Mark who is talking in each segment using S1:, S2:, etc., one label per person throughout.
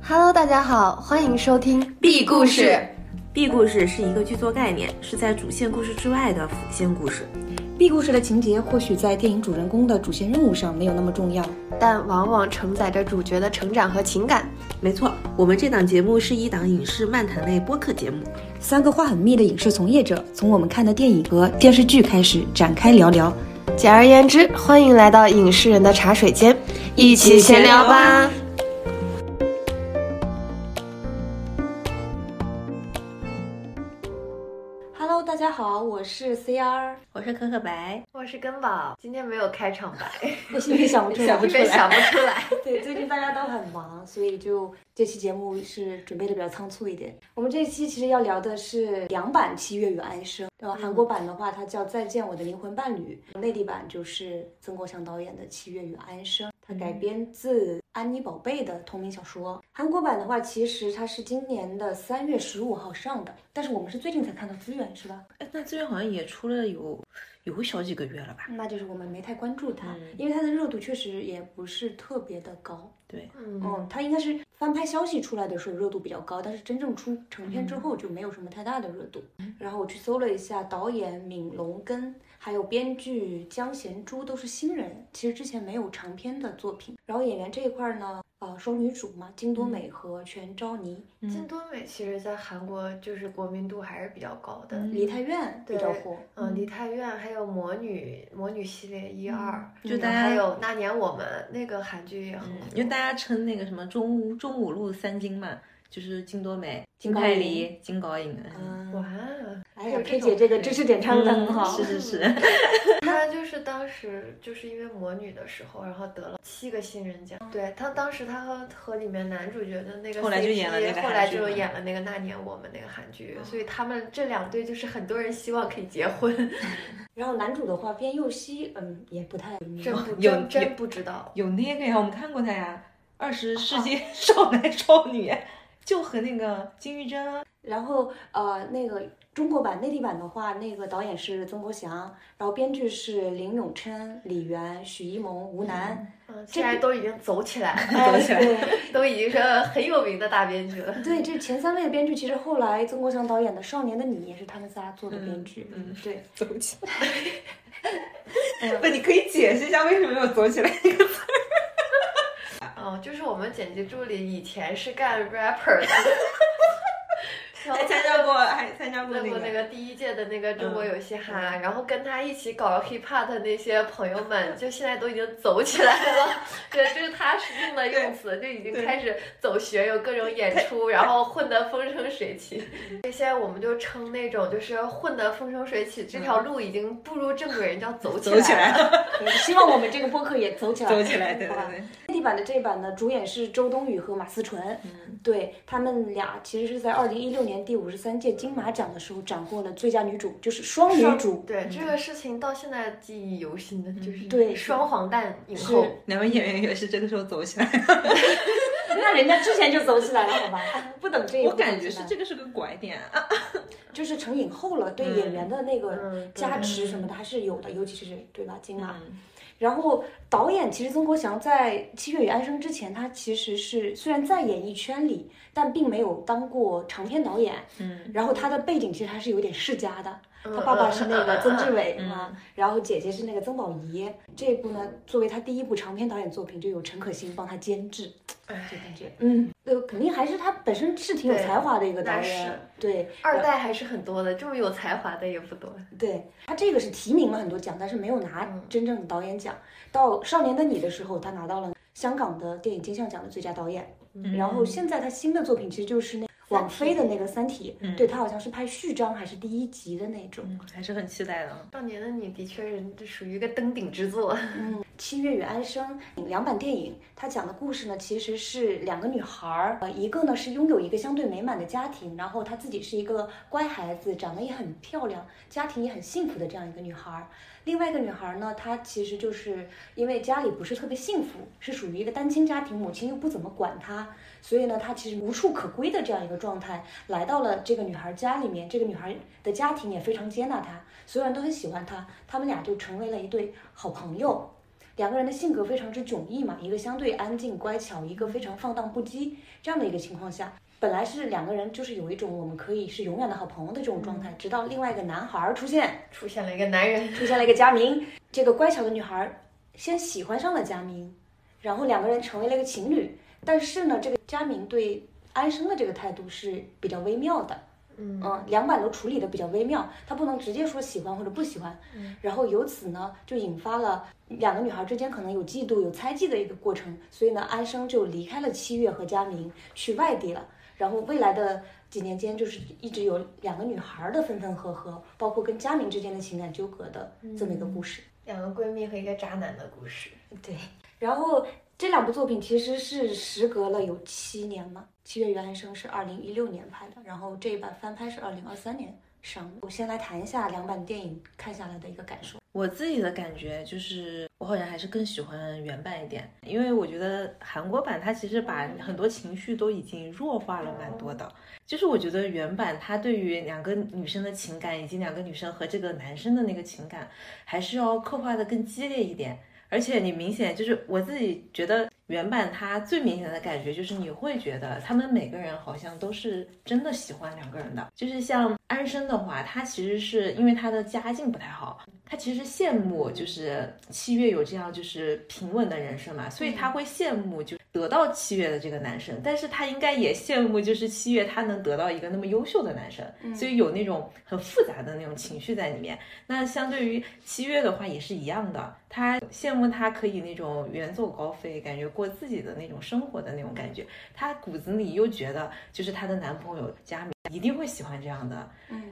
S1: Hello，大家好，欢迎收听
S2: B 故事。
S3: B 故事是一个剧作概念，是在主线故事之外的辅线故事。
S4: B 故事的情节或许在电影主人公的主线任务上没有那么重要，
S1: 但往往承载着主角的成长和情感。
S3: 没错，我们这档节目是一档影视漫谈类播客节目。
S4: 三个话很密的影视从业者，从我们看的电影和电视剧开始展开聊聊。
S1: 简而言之，欢迎来到影视人的茶水间，一起闲聊吧。
S4: Hello，大家好，我是 CR，
S3: 我是可可白，
S1: 我是根宝，今天没有开场 白，
S4: 我心里想不出来，
S1: 因为想不出来。
S4: 对，最近大家都很忙，所以就这期节目是准备的比较仓促一点。我们这期其实要聊的是两版《七月与安生》，然后韩国版的话，它叫《再见我的灵魂伴侣》，内地版就是曾国强导演的《七月与安生》，它改编自安妮宝贝的同名小说。韩国版的话，其实它是今年的三月十五号上的，但是我们是最近才看到资源，是吧？
S3: 哎，那资源好像也出了有有小几个月了吧？
S4: 那就是我们没太关注它，
S3: 嗯
S4: 因为它的热度确实也不是特别的高。
S3: 对，
S1: 嗯，
S4: 嗯，它应该是翻拍消息出来的时候热度比较高，但是真正出成片之
S1: 嗯
S4: 后就没有什么太大的热度。然后我去搜了一下，导演闵龙根还有编剧姜贤珠都是新人，其实之前没有长篇的作品。然后演员这一块儿呢，呃，双女主嘛，金多
S1: 嗯
S4: 美和全昭妮，
S1: 金多美其实，在韩国就是国民度还是比较高的。
S3: 嗯
S4: 梨泰院比较
S1: 对
S4: 火。
S1: 嗯，梨泰院还有魔女魔女系列一二，
S3: 就大
S1: 然后还
S3: 家。
S1: 有那年我们那个韩剧也很火，
S3: 因为大家称那个什么中中五路三金嘛，就是金多美、
S4: 金
S3: 金
S4: 高
S3: 泰
S4: 银
S3: 梨、金高银。嗯，
S4: 嗯，
S1: 哇，
S4: 哎
S1: 有
S4: 呀
S1: 这
S4: ，K
S1: 种嗯
S4: 姐这个知识点唱的很好。
S3: 是是是。
S5: 他就是当时就是因为魔女的时候，然后得了七个新人奖。对他当时他和和里面男主角的那个 CP，
S3: 后来就演了那个
S5: 后
S3: 韩
S5: 来
S3: 剧
S5: 就
S3: 嘛哦
S5: 演了那个那年我们那个韩剧，所以他们这两对就是很多人希望可以结婚，
S4: 然后男主的话，边佑希，嗯，也不太
S5: 真不
S3: 哦有
S5: 真
S3: 有
S5: 真不知道。
S3: 有那个呀，我们看过他呀，《二十世纪少男少女》，就和那个金玉珍啊，
S4: 然后呃，那个中国版、内地版的话，那个导演是曾国祥，然后编剧是林永琛、李源、许一萌、吴楠，
S5: 嗯，现在都已经走起来 了，
S3: 走嗯起来
S4: 对
S5: 都已经是很有名的大 编剧了。
S4: 对， 这前三位的编剧，其实后来曾国祥导演的《少年的你》也是他们仨做的编剧。
S3: 嗯嗯
S4: 对，
S3: 走起来。 不，你可以解释一下为什么有“走起来”这个词？
S5: 嗯，就是我们剪辑助理以前是干 rapper 的， 然后
S3: 还参加过，还参加过
S5: 问
S3: 那
S5: 过
S3: 个嗯啊
S5: 那个第一届的那个中国有嘻哈，然后跟他一起搞 hip hop 的那些朋友们，就现在都已经走起来了。 对，就是他是用了用词，就已经开始走学，有各种演出，然后混得风生水起。 所以现在我们就称那种就是混得风生水起这条路已经步入正轨，人叫走起
S3: 嗯走起
S5: 来
S3: 来
S5: 了。
S3: 了，
S4: 对希望我们这个播客也走起来。
S3: 走起来，对
S4: 好吧
S3: 对对。
S4: 内地版的这一版呢，主演是周冬雨和马思纯，
S3: 嗯
S4: 对他们俩其实是在二零一六年第五十三届金马奖的时候斩获了最佳女主，就是双女 主。
S5: 对这个事情到现在记忆犹新
S3: 嗯
S5: 的，就是
S4: 对
S5: 双黄蛋影
S4: 是
S5: 后。
S3: 两位演员也是这个时候走起 来，
S4: 那人家之前就走起来了，好吧？ 不等这一步
S3: 我感觉
S4: 走起
S3: 是
S4: 来
S3: 这个是个拐点啊，
S4: 就是成影后了，对
S3: 嗯
S4: 演员的那个
S5: 嗯
S4: 加持什么的还是有的，尤其是对吧金马。
S3: 嗯
S4: 然后导演其实曾国祥在《七月与安生》之前，他其实是虽然在演艺圈里，但并没有当过长片导演。
S3: 嗯，
S4: 然后他的背景其实还是有点世家的，
S5: 嗯
S4: 他爸爸是那个曾志伟
S3: 嗯
S4: 嘛，然后姐姐是那个曾宝仪。这一部呢，作为他第一部长篇导演作品，就有陈可辛帮他监制，就感觉嗯，呃，肯定还是他本身是挺有
S5: 哎对
S4: 才华的一个导
S5: 那
S4: 演
S5: 是，
S4: 对
S5: 二代还是很多的，这么有才华的也不多。
S4: 对他这个是提名了很多奖，但是没有拿
S5: 嗯
S4: 真正的导演奖。到《少年的你》的时候，他拿到了香港的电影金像奖的最佳导演。
S3: 嗯
S4: 然后现在他新的作品其实就是那网飞的那个《三体》，
S3: 嗯
S4: 对他好像是拍序章还是第一集的那种。
S3: 嗯还是很期待的，
S5: 少年的你的确是这属于一个登顶之作，
S4: 嗯，《七月与安生》两版电影，它讲的故事呢，其实是两个女孩儿，呃，一个呢是拥有一个相对美满的家庭，然后她自己是一个乖孩子，长得也很漂亮，家庭也很幸福的这样一个女孩儿。另外一个女孩儿呢，她其实就是因为家里不是特别幸福，是属于一个单亲家庭，母亲又不怎么管她，所以呢，她其实无处可归的这样一个状态，来到了这个女孩家里面，这个女孩的家庭也非常接纳她，所有人都很喜欢她，他们俩就成为了一对好朋友。两个人的性格非常之迥异嘛，一个相对安静乖巧，一个非常放荡不羁，这样的一个情况下，本来是两个人就是有一种我们可以是永远的好朋友的这种状态，直到另外一个男孩儿出现，
S5: 出现了一个男人，
S4: 出现了一个佳明，这个乖巧的女孩儿先喜欢上了佳明，然后两个人成为了一个情侣。但是呢，这个佳明对安生的这个态度是比较微妙的，嗯
S2: 哦
S4: 两版都处理的比较微妙，他不能直接说喜欢或者不喜欢。然后由此呢，就引发了两个女孩之间可能有嫉妒、有猜忌的一个过程。所以呢，安生就离开了七月和佳明，去外地了。然后未来的几年间，就是一直有两个女孩的分分合合，包括跟佳明之间的情感纠葛的这么一个故事。
S5: 两个闺蜜和一个渣男的故事。
S4: 对，然后这两部作品其实是时隔了有七年嘛，《七月与安生》是二零一六年拍的，然后这一版翻拍是二零二三年上的。我先来谈一下两版电影看下来的一个感受。
S2: 我自己的感觉就是，我好像还是更喜欢原版一点，因为我觉得韩国版它其实把很多情绪都已经弱化了蛮多的。就是我觉得原版它对于两个女生的情感，以及两个女生和这个男生的那个情感，还是要刻画的更激烈一点。而且你明显就是我自己觉得原版它最明显的感觉就是你会觉得他们每个人好像都是真的喜欢两个人的，就是像安生的话，他其实是因为他的家境不太好，他其实羡慕就是七月有这样就是平稳的人生嘛，所以他会羡慕就得到七月的这个男生，但是他应该也羡慕就是七月他能得到一个那么优秀的男生，所以有那种很复杂的那种情绪在里面。那相对于七月的话也是一样的，他羡慕他可以那种远走高飞，感觉过自己的那种生活的那种感觉，她骨子里又觉得就是她的男朋友佳明一定会喜欢这样的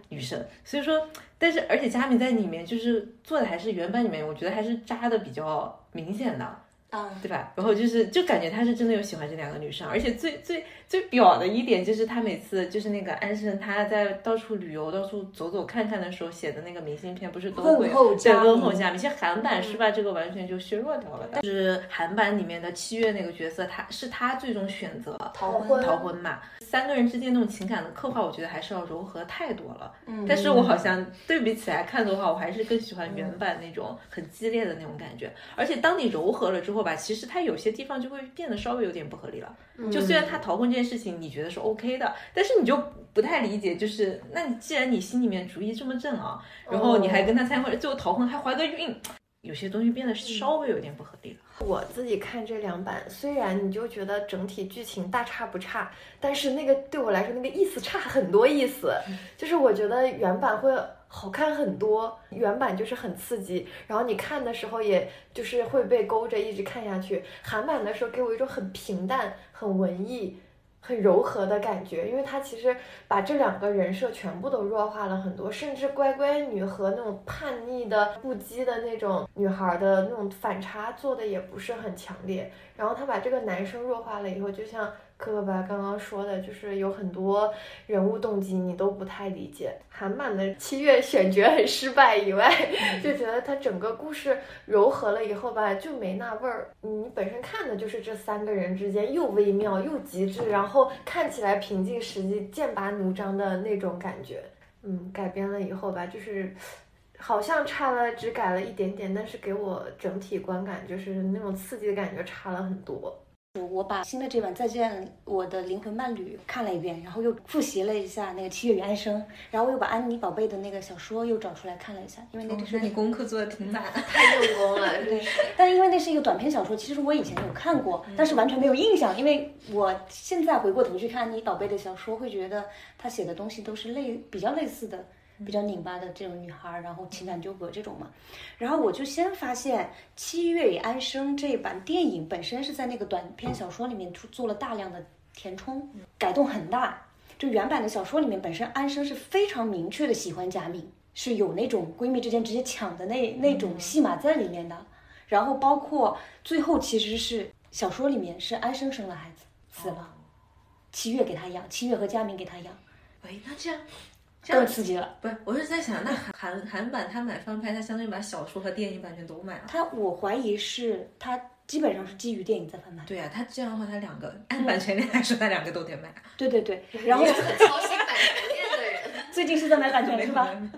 S2: 女生，所以说，但是而且佳明在里面就是做的还是原版里面，我觉得还是渣的比较明显的，
S4: 啊，
S2: 对吧？然后就是就感觉他是真的有喜欢这两个女生，而且最最最表的一点就是他每次就是那个安生他在到处旅游、到处走走看看的时候写的那个明信片，不是都会
S4: 问候嗯
S2: 对
S4: 佳
S2: 问候
S4: 明
S2: 佳明？其实韩版是把这个完全就削弱掉了，但是韩版里面的七月那个角色，他是他最终选择
S4: 逃
S5: 婚
S2: 逃婚嘛，三个人之间那种情感的刻画，我觉得还是要柔和太多了。
S4: 嗯
S2: 但是我好像对比起来看的话，我还是更喜欢原版那种很激烈的那种感觉。而且当你柔和了之后吧，其实它有些地方就会变得稍微有点不合理了。嗯就
S5: 嗯
S2: 虽然他逃婚这件事情你觉得是 OK 的，但是你就不太理解，就是那你既然你心里面主意这么正啊，然后你还跟他参婚，最后逃婚还怀个孕，有些东西变得稍微有点不合理了。
S5: 我自己看这两版，虽然你就觉得整体剧情大差不差，但是那个对我来说那个意思差很多意思，
S2: 嗯
S5: 就是我觉得原版会好看很多，原版就是很刺激，然后你看的时候也就是会被勾着一直看下去。韩版的时候给我一种很平淡、很文艺、很柔和的感觉，因为它其实把这两个人设全部都弱化了很多，甚至乖乖女和那种叛逆的、不羁的那种女孩的那种反差做的也不是很强烈。然后他把这个男生弱化了以后，就像可可白刚刚说的，就是有很多人物动机你都不太理解。韩版的七月选角很失败以外，就觉得他整个故事柔和了以后吧，就没那味儿。你本身看的就是这三个人之间又微妙又极致，然后看起来平静实际、剑拔弩张的那种感觉。嗯，改编了以后吧，就是好像差了，只改了一点点，但是给我整体观感就是那种刺激的感觉差了很多。
S4: 我把新的这版《再见我的灵魂伴侣》看了一遍，然后又复习了一下那个《七月与安生》，然后又把安妮宝贝的那个小说又找出来看了一下，因为哦那个是、
S2: 功课做的挺满，
S5: 太用功了，
S4: 对， 但因为那是嗯一个短篇小说，其实我以前有看过，但是完全没有印象。因为我现在回过头去看你宝贝的小说，会觉得他写的东西都是类比较类似的，比较拧巴的这种女孩儿，然后情感纠葛这种嘛。然后我就先发现《七月与安生》这版电影本身是在那个短篇小说里面出做了大量的填充，改动很大。就原版的小说里面，本身安生是非常明确的喜欢贾敏，是有那种闺蜜之间直接抢的那那种戏码在里面的。然后包括最后其实是小说里面是安生生了孩子死了，七月给他养，七月和佳明给他养，
S2: 喂，那这样。这样
S4: 更刺激了。
S2: 不是，我是在想，那韩韩版他买翻拍，他相当于把小说和电影版权都买了。
S4: 他我怀疑是他基本上是基于电影在翻拍。
S2: 对啊呀、他这样的话，他两个
S4: 嗯
S2: 按版权量来说，他两个都得买。
S4: 对对对，然 后
S5: 很操心版权链的人。
S4: 最 近是在买版权是吧？
S2: 没有？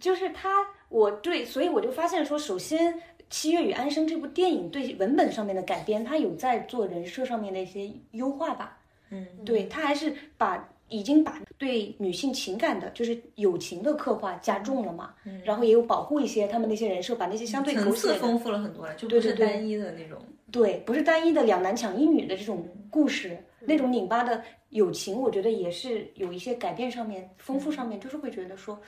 S4: 就是他，我对，所以我就发现说，首先七月与安生》这部电影对文本上面的改编，它有在做人设上面的一些优化吧？
S2: 嗯，
S4: 对，它还是把已经把对女性情感的，就是友情的刻画加重了嘛，然后也有保护一些他们那些人设，把那些相对
S2: 嗯层
S4: 狗血
S2: 次
S4: 的
S2: 丰富了很多了，就不是
S4: 嗯对对对
S2: 单一的那种。
S4: 对，不是单一的两男抢一女的这种故事，那种拧巴的友情，我觉得也是有一些改变上面、丰富上
S2: 嗯
S4: 面，就是会觉得说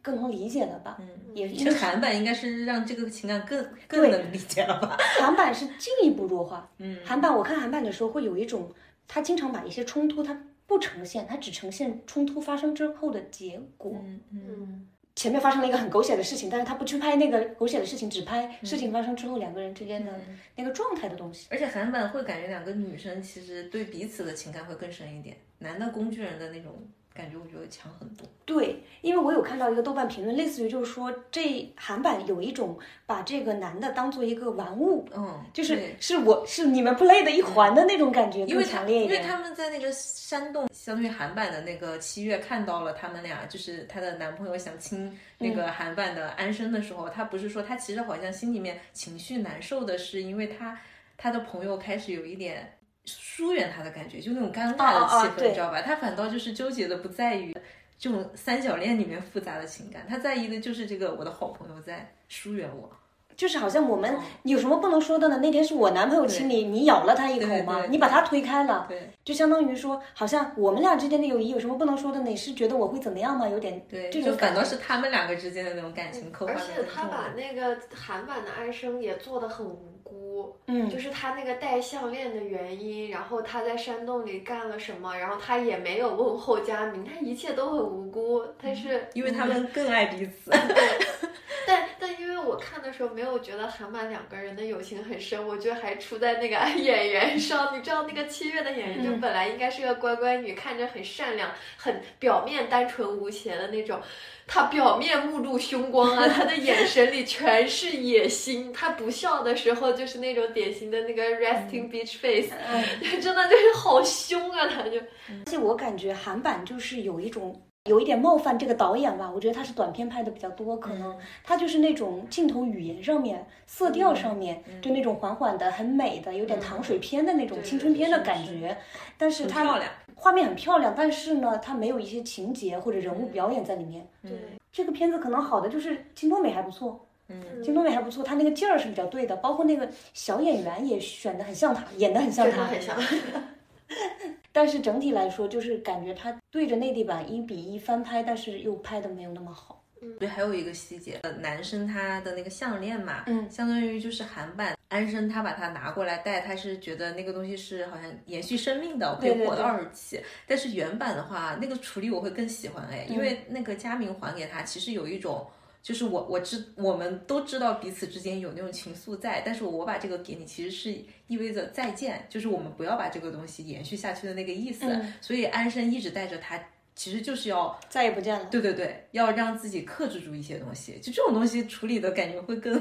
S4: 更能理解了吧。嗯，也
S2: 其
S4: 因
S2: 实
S4: 为
S2: 韩版应该是让这个情感更更能理解了吧？
S4: 韩版是进一步弱化。 嗯，韩版我看韩版的时候会有一种，他经常把一些冲突他不呈现，他只呈现冲突发生之后的结果。
S5: 嗯，
S4: 前面发生了一个很狗血的事情，但是他不去拍那个狗血的事情，只拍
S2: 嗯
S4: 事情发生之后两个人之间的那个状态的东西。
S2: 而且韩版会感觉两个女生其实对彼此的情感会更深一点，男的工具人的那种感觉，我觉得强很多。
S4: 对，因为我有看到一个豆瓣评论，类似于就是说，这韩版有一种把这个男的当做一个玩物，
S2: 嗯，
S4: 就是
S2: 对
S4: 是我是你们 play 的一环的那种感觉
S2: 因为
S4: 更
S2: 他
S4: 强烈一
S2: 因为
S4: 点。
S2: 他们在那个山洞，相当于韩版的那个七月看到了他们俩，就是她的男朋友想亲那个韩版的安生的时候，她、不是说她其实好像心里面情绪难受的是，因为她她的朋友开始有一点。疏远她的感觉，就那种尴尬的
S4: 哦哦哦
S2: 气氛，
S4: 对
S2: 你知道吧？她反倒就是纠结的不在于这种三角恋里面复杂的情感，她在意的就是这个我的好朋友在疏远我。
S4: 就是好像我们有什么不能说的呢？那天是我男朋友亲你，你咬了他一口
S2: 嗯对
S4: 吗
S2: 对？
S4: 你把他推开了，
S2: 对
S4: 就相当于说，好像我们俩之间的友谊有什么不能说的呢？你是觉得我会怎么样吗？有点
S2: 对，
S4: 这
S2: 就反
S4: 种感
S2: 倒
S4: 觉。
S2: 是他们两个之间的那种感情刻画
S5: 而
S2: 的
S5: 且他把那个韩版的安生也做的很无辜，
S4: 嗯
S5: 就是他那个戴项链的原因，然后他在山洞里干了什么，然后他也没有问候佳明，他一切都很无辜，但是
S2: 嗯因为他们更爱彼此。
S5: 但但因为我看的时候没有觉得韩版两个人的友情很深，我觉得还出在那个 演员上。你知道那个七月的演员，就本来应该是个乖乖女，看着很善良、很表面单纯无邪的那种，她表面目露凶光啊，她的眼神里全是野心。她不笑的时候就是那种典型的那个 resting bitch face，、真 的就是好凶啊，她就。
S4: 而且我感觉韩版就是有一种有一点冒犯这个导演吧，我觉得他是短片拍的比较多，可
S2: 嗯
S4: 能他就是那种镜头语言上面、色调上面，就那种缓缓的、很美的，有点糖水片的那种
S5: 对
S4: 青春片的
S2: 是
S4: 感
S2: 是
S4: 觉，但是它
S2: 很漂亮
S4: 画面很漂亮，但是呢，它没有一些情节或者人物表演在里面。
S5: 对，
S4: 这个片子可能好的就是金多美还不错，
S5: 嗯
S4: 金多美还不错，她那个劲儿是比较对的，包括那个小演员也选的很像她，演的很像
S5: 真的
S4: 她，
S5: 很像。
S4: 但是整体来说，就是感觉它对着内地版一比一翻拍，但是又拍的没有那么好。
S2: 对，还有一个细节，呃男生他的那个项链嘛，嗯，相当于就是韩版安生他把它拿过来戴，他是觉得那个东西是好像延续生命的，我可以
S4: 对对
S2: 活到
S4: 对
S2: 二十七。但是原版的话，那个处理我会更喜欢
S4: 嗯
S2: 哎，因为那个佳明还给他，其实有一种。就是我，我知我们都知道彼此之间有那种情愫在，但是我把这个给你，其实是意味着再见，就是我们不要把这个东西延续下去的那个意思。
S4: 嗯
S2: 所以安生一直带着他，其实就是要
S4: 再也不见了。
S2: 对对对，要让自己克制住一些东西，就这种东西处理的感觉会更，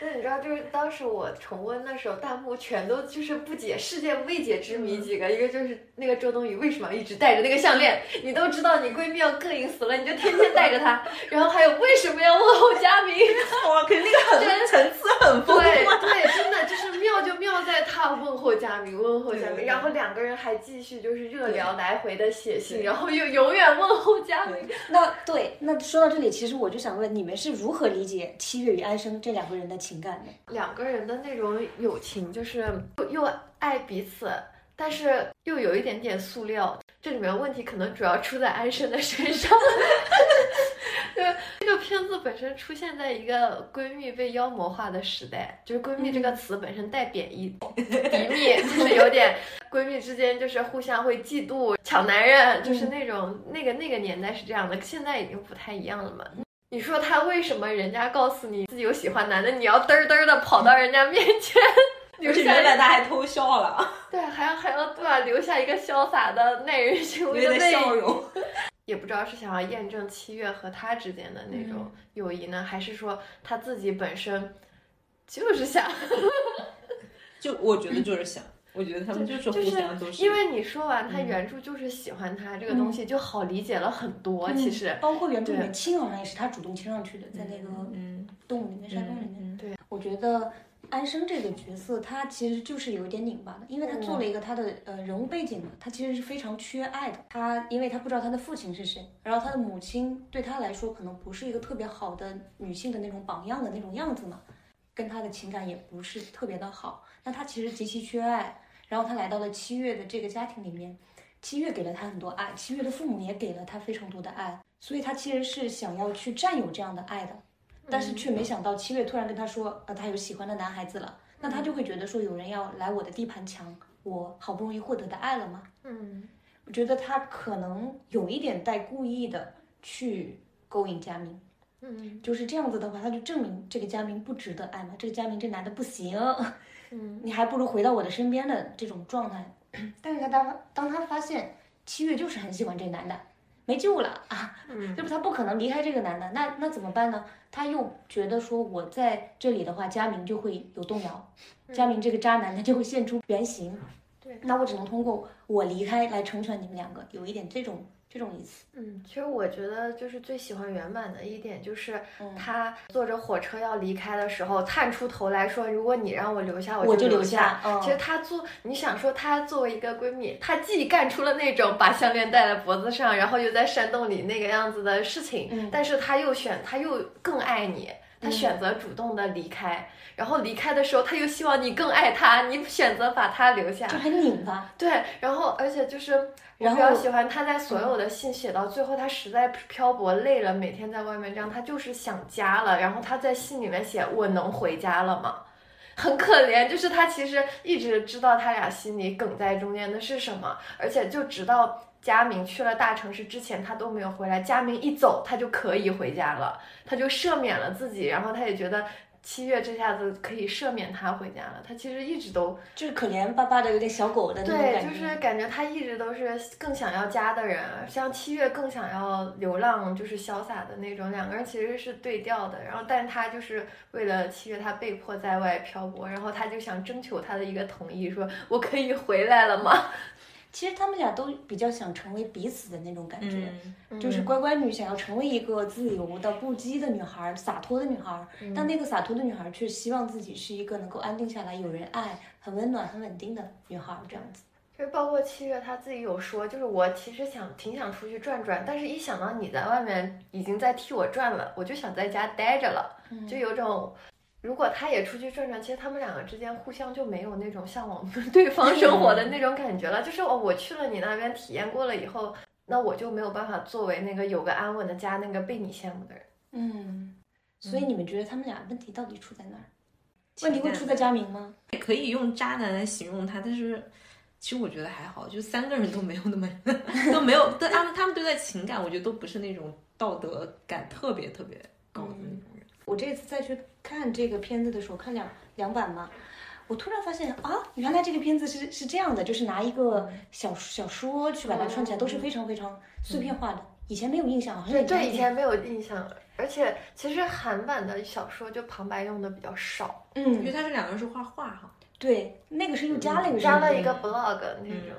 S5: 那你知道，就是当时我重温的时候，弹幕全都就是不解世界未解之谜几个，一个就是那个周冬雨为什么一直戴着那个项链，你都知道你闺蜜要膈应死了，你就天天戴着 它，然后还有为什么要问候佳明，
S2: 哇，肯定很
S5: 真
S2: 层次很
S5: 对 对，真的就是妙就妙在他问候佳明，问候佳
S2: 对对
S5: 明，
S2: 对
S5: 然后两个人还继续就是热聊，来回的写信，
S2: 对
S5: 然后又永远问候佳明，
S4: 那对，那说到这里，其实我就想问，你们是如何理解七月与安生这两个人的情感的？
S5: 两个人的那种友情，就是又又爱彼此，但是又有一点点塑料。这里面问题可能主要出在安生的身上。 对，这个片子本身出现在一个闺蜜被妖魔化的时代，就是“闺蜜”这个词本身带贬义，敌蜜就是有点闺蜜之间就是互相会嫉妒、抢男人，就是那种那个那个年代是这样的，现在已经不太一样了嘛。你说他为什么人家告诉你自己有喜欢男的，你要嘚儿嘚儿的跑到人家面前，留
S2: 而且
S5: 下
S2: 原来他还偷笑了，
S5: 对，还要还要对吧、留下一个潇洒的耐人寻味
S2: 因为
S5: 的
S2: 的
S5: 内
S2: 笑容。
S5: 也不知道是想要验证七月和他之间的那种友谊呢，还是说他自己本身就是想，
S2: 就我觉得就是想，我觉得他们就是
S5: 就
S2: 互
S5: 是
S2: 相都
S5: 因为你说完他原著就是喜欢他、这个东西，就好理解了很多。其实，
S4: 包括原著里面
S5: 对
S4: 青好像也是他主动亲上去的，在那个
S2: 嗯
S4: 洞里面、山洞里面。
S5: 对，
S4: 我我觉得安生这个角色他其实就是有点拧巴的，因为他做了一个他的呃人物背景嘛，他其实是非常缺爱的。他因为他不知道他的父亲是谁，然后他的母亲对他来说可能不是一个特别好的女性的那种榜样的那种样子嘛，跟他的情感也不是特别的好。那他其实极其缺爱，然后他来到了七月的这个家庭里面。七月给了他很多爱，七月的父母也给了他非常多的爱，所以他其实是想要去占有这样的爱的，但是却没想到七月突然跟他说，呃，他有喜欢的男孩子了，那他就会觉得说有人要来我的地盘抢我好不容易获得的爱了吗？
S5: 嗯，
S4: 我觉得他可能有一点带故意的去勾引佳明，
S5: 嗯
S4: 就是这样子的话，他就证明这个佳明不值得爱嘛，这个佳明这男的不行，
S5: 嗯
S4: 你还不如回到我的身边的这种状态。但是他当当他发现七月就是很喜欢这男的，没救了啊，
S5: 嗯
S4: 对吧？他不可能离开这个男的，那那怎么办呢？他又觉得说我在这里的话，佳明就会有动摇，佳明这个渣男他就会现出原形。
S5: 嗯对
S4: 那我只能通过我离开来成全你们两个，有一点这种这种意思。
S5: 嗯，其实我觉得就是最喜欢原版的一点就是
S4: 嗯
S5: 他坐着火车要离开的时候，探出头来说：“如果你让我留下，
S4: 我
S5: 就
S4: 就留
S5: 下。
S4: 下嗯
S5: 其实她做，你想说她作为一个闺蜜，她既干出了那种把项链戴在脖子上，然后又在山洞里那个样子的事情，
S4: 嗯
S5: 但是她又选，她又更爱你。她选择主动的离开，然后离开的时候，她又希望你更爱她，你选择把她留下，
S4: 就很拧巴，
S5: 对，然后而且就是我
S4: 然
S5: 比较
S4: 后嗯
S5: 喜欢他在所有的信写到最后，他实在漂泊累了，每天在外面这样，他就是想家了。然后他在信里面写：“我能回家了吗？”很可怜，就是他其实一直知道他俩心里梗在中间的是什么，而且就直到佳明去了大城市之前，他都没有回来。佳明一走，他就可以回家了，他就赦免了自己，然后他也觉得七月这下子可以赦免他回家了。他其实一直都
S4: 就是可怜巴巴的，有点小狗的那种
S5: 对，
S4: 感觉。
S5: 就是感觉他一直都是更想要家的人，像七月更想要流浪，就是潇洒的那种。两个人其实是对调的，然后但他就是为了七月，他被迫在外漂泊，然后他就想征求他的一个同意，说我可以回来了吗？
S4: 其实他们俩都比较想成为彼此的那种感觉。
S2: 嗯，
S4: 就是乖乖女想要成为一个自由的、不羁的女孩，洒脱的女孩，
S5: 嗯
S4: 但那个洒脱的女孩却希望自己是一个能够安定下来、有人爱、很温暖、很稳定的女孩，这样子。
S5: 就是包括七月他自己有说，就是我其实想挺想出去转转，但是一想到你在外面已经在替我转了，我就想在家待着了，
S4: 嗯
S5: 就有种。如果他也出去转转，其实他们两个之间互相就没有那种向往对方生活的那种感觉了。就是哦，我去了你那边体验过了以后，那我就没有办法作为那个有个安稳的家、那个被你羡慕的人。
S4: 嗯，所以你们觉得他们俩问题到底出在哪儿？问题会出在佳明吗？
S2: 可以用渣男来形容他，但是其实我觉得还好，就三个人都没有那么都没有，但他们他们对待情感，我觉得都不是那种道德感特别特别高的那种人。
S4: 我这次再去看这个片子的时候，看两两版嘛，我突然发现啊，原来这个片子是是这样的，就是拿一个小小说去把它串起来，都是非常非常碎片化的。以前没有印象，好像
S5: 对，以前没有印象，而且其实韩版的小说就旁白用的比较少，
S4: 嗯
S2: 因为，他是两个人是画画哈，
S4: 对，那个是又加了一个
S5: 加
S4: 声
S5: 了
S4: 音
S5: 一个 blog 那种。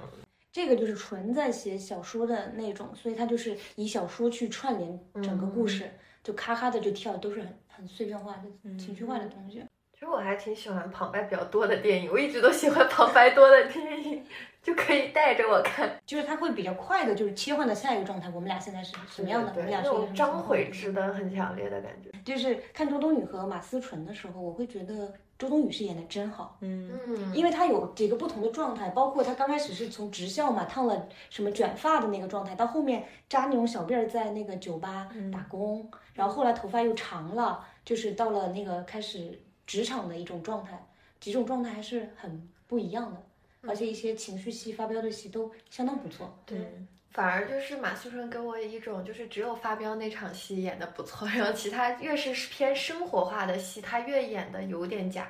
S4: 这个就是纯在写小说的那种，所以它就是以小说去串联整个
S5: 嗯
S4: 故事，就咔咔的就跳，都是很很碎片化的、情绪
S5: 嗯
S4: 化的东西。
S5: 其实我还挺喜欢旁白比较多的电影，我一直都喜欢旁白多的电影，就可以带着我看。
S4: 就是它会比较快的，就是切换到下一个状态。我们俩现在是什么样的？我
S5: 对
S4: 们俩
S5: 那
S4: 是一个什
S5: 种
S4: 么
S5: 张
S4: 状
S5: 悔
S4: 态
S5: 之的很强烈的感觉。
S4: 就是看周冬雨和马思纯的时候，我会觉得周冬雨是演的真好，
S2: 嗯，
S5: 嗯，
S4: 因为她有几个不同的状态，包括她刚开始是从职校嘛烫了什么卷发的那个状态，到后面扎那种小辫儿在那个酒吧
S5: 嗯
S4: 打工，然后后来头发又长了，就是到了那个开始职场的一种状态，几种状态还是很不一样的，而且一些情绪戏、发飙的戏都相当不错。
S5: 嗯
S4: 嗯
S5: 对。反而就是马思纯给我一种，就是只有发飙那场戏演的不错，然后其他越是偏生活化的戏，她越演的有点假，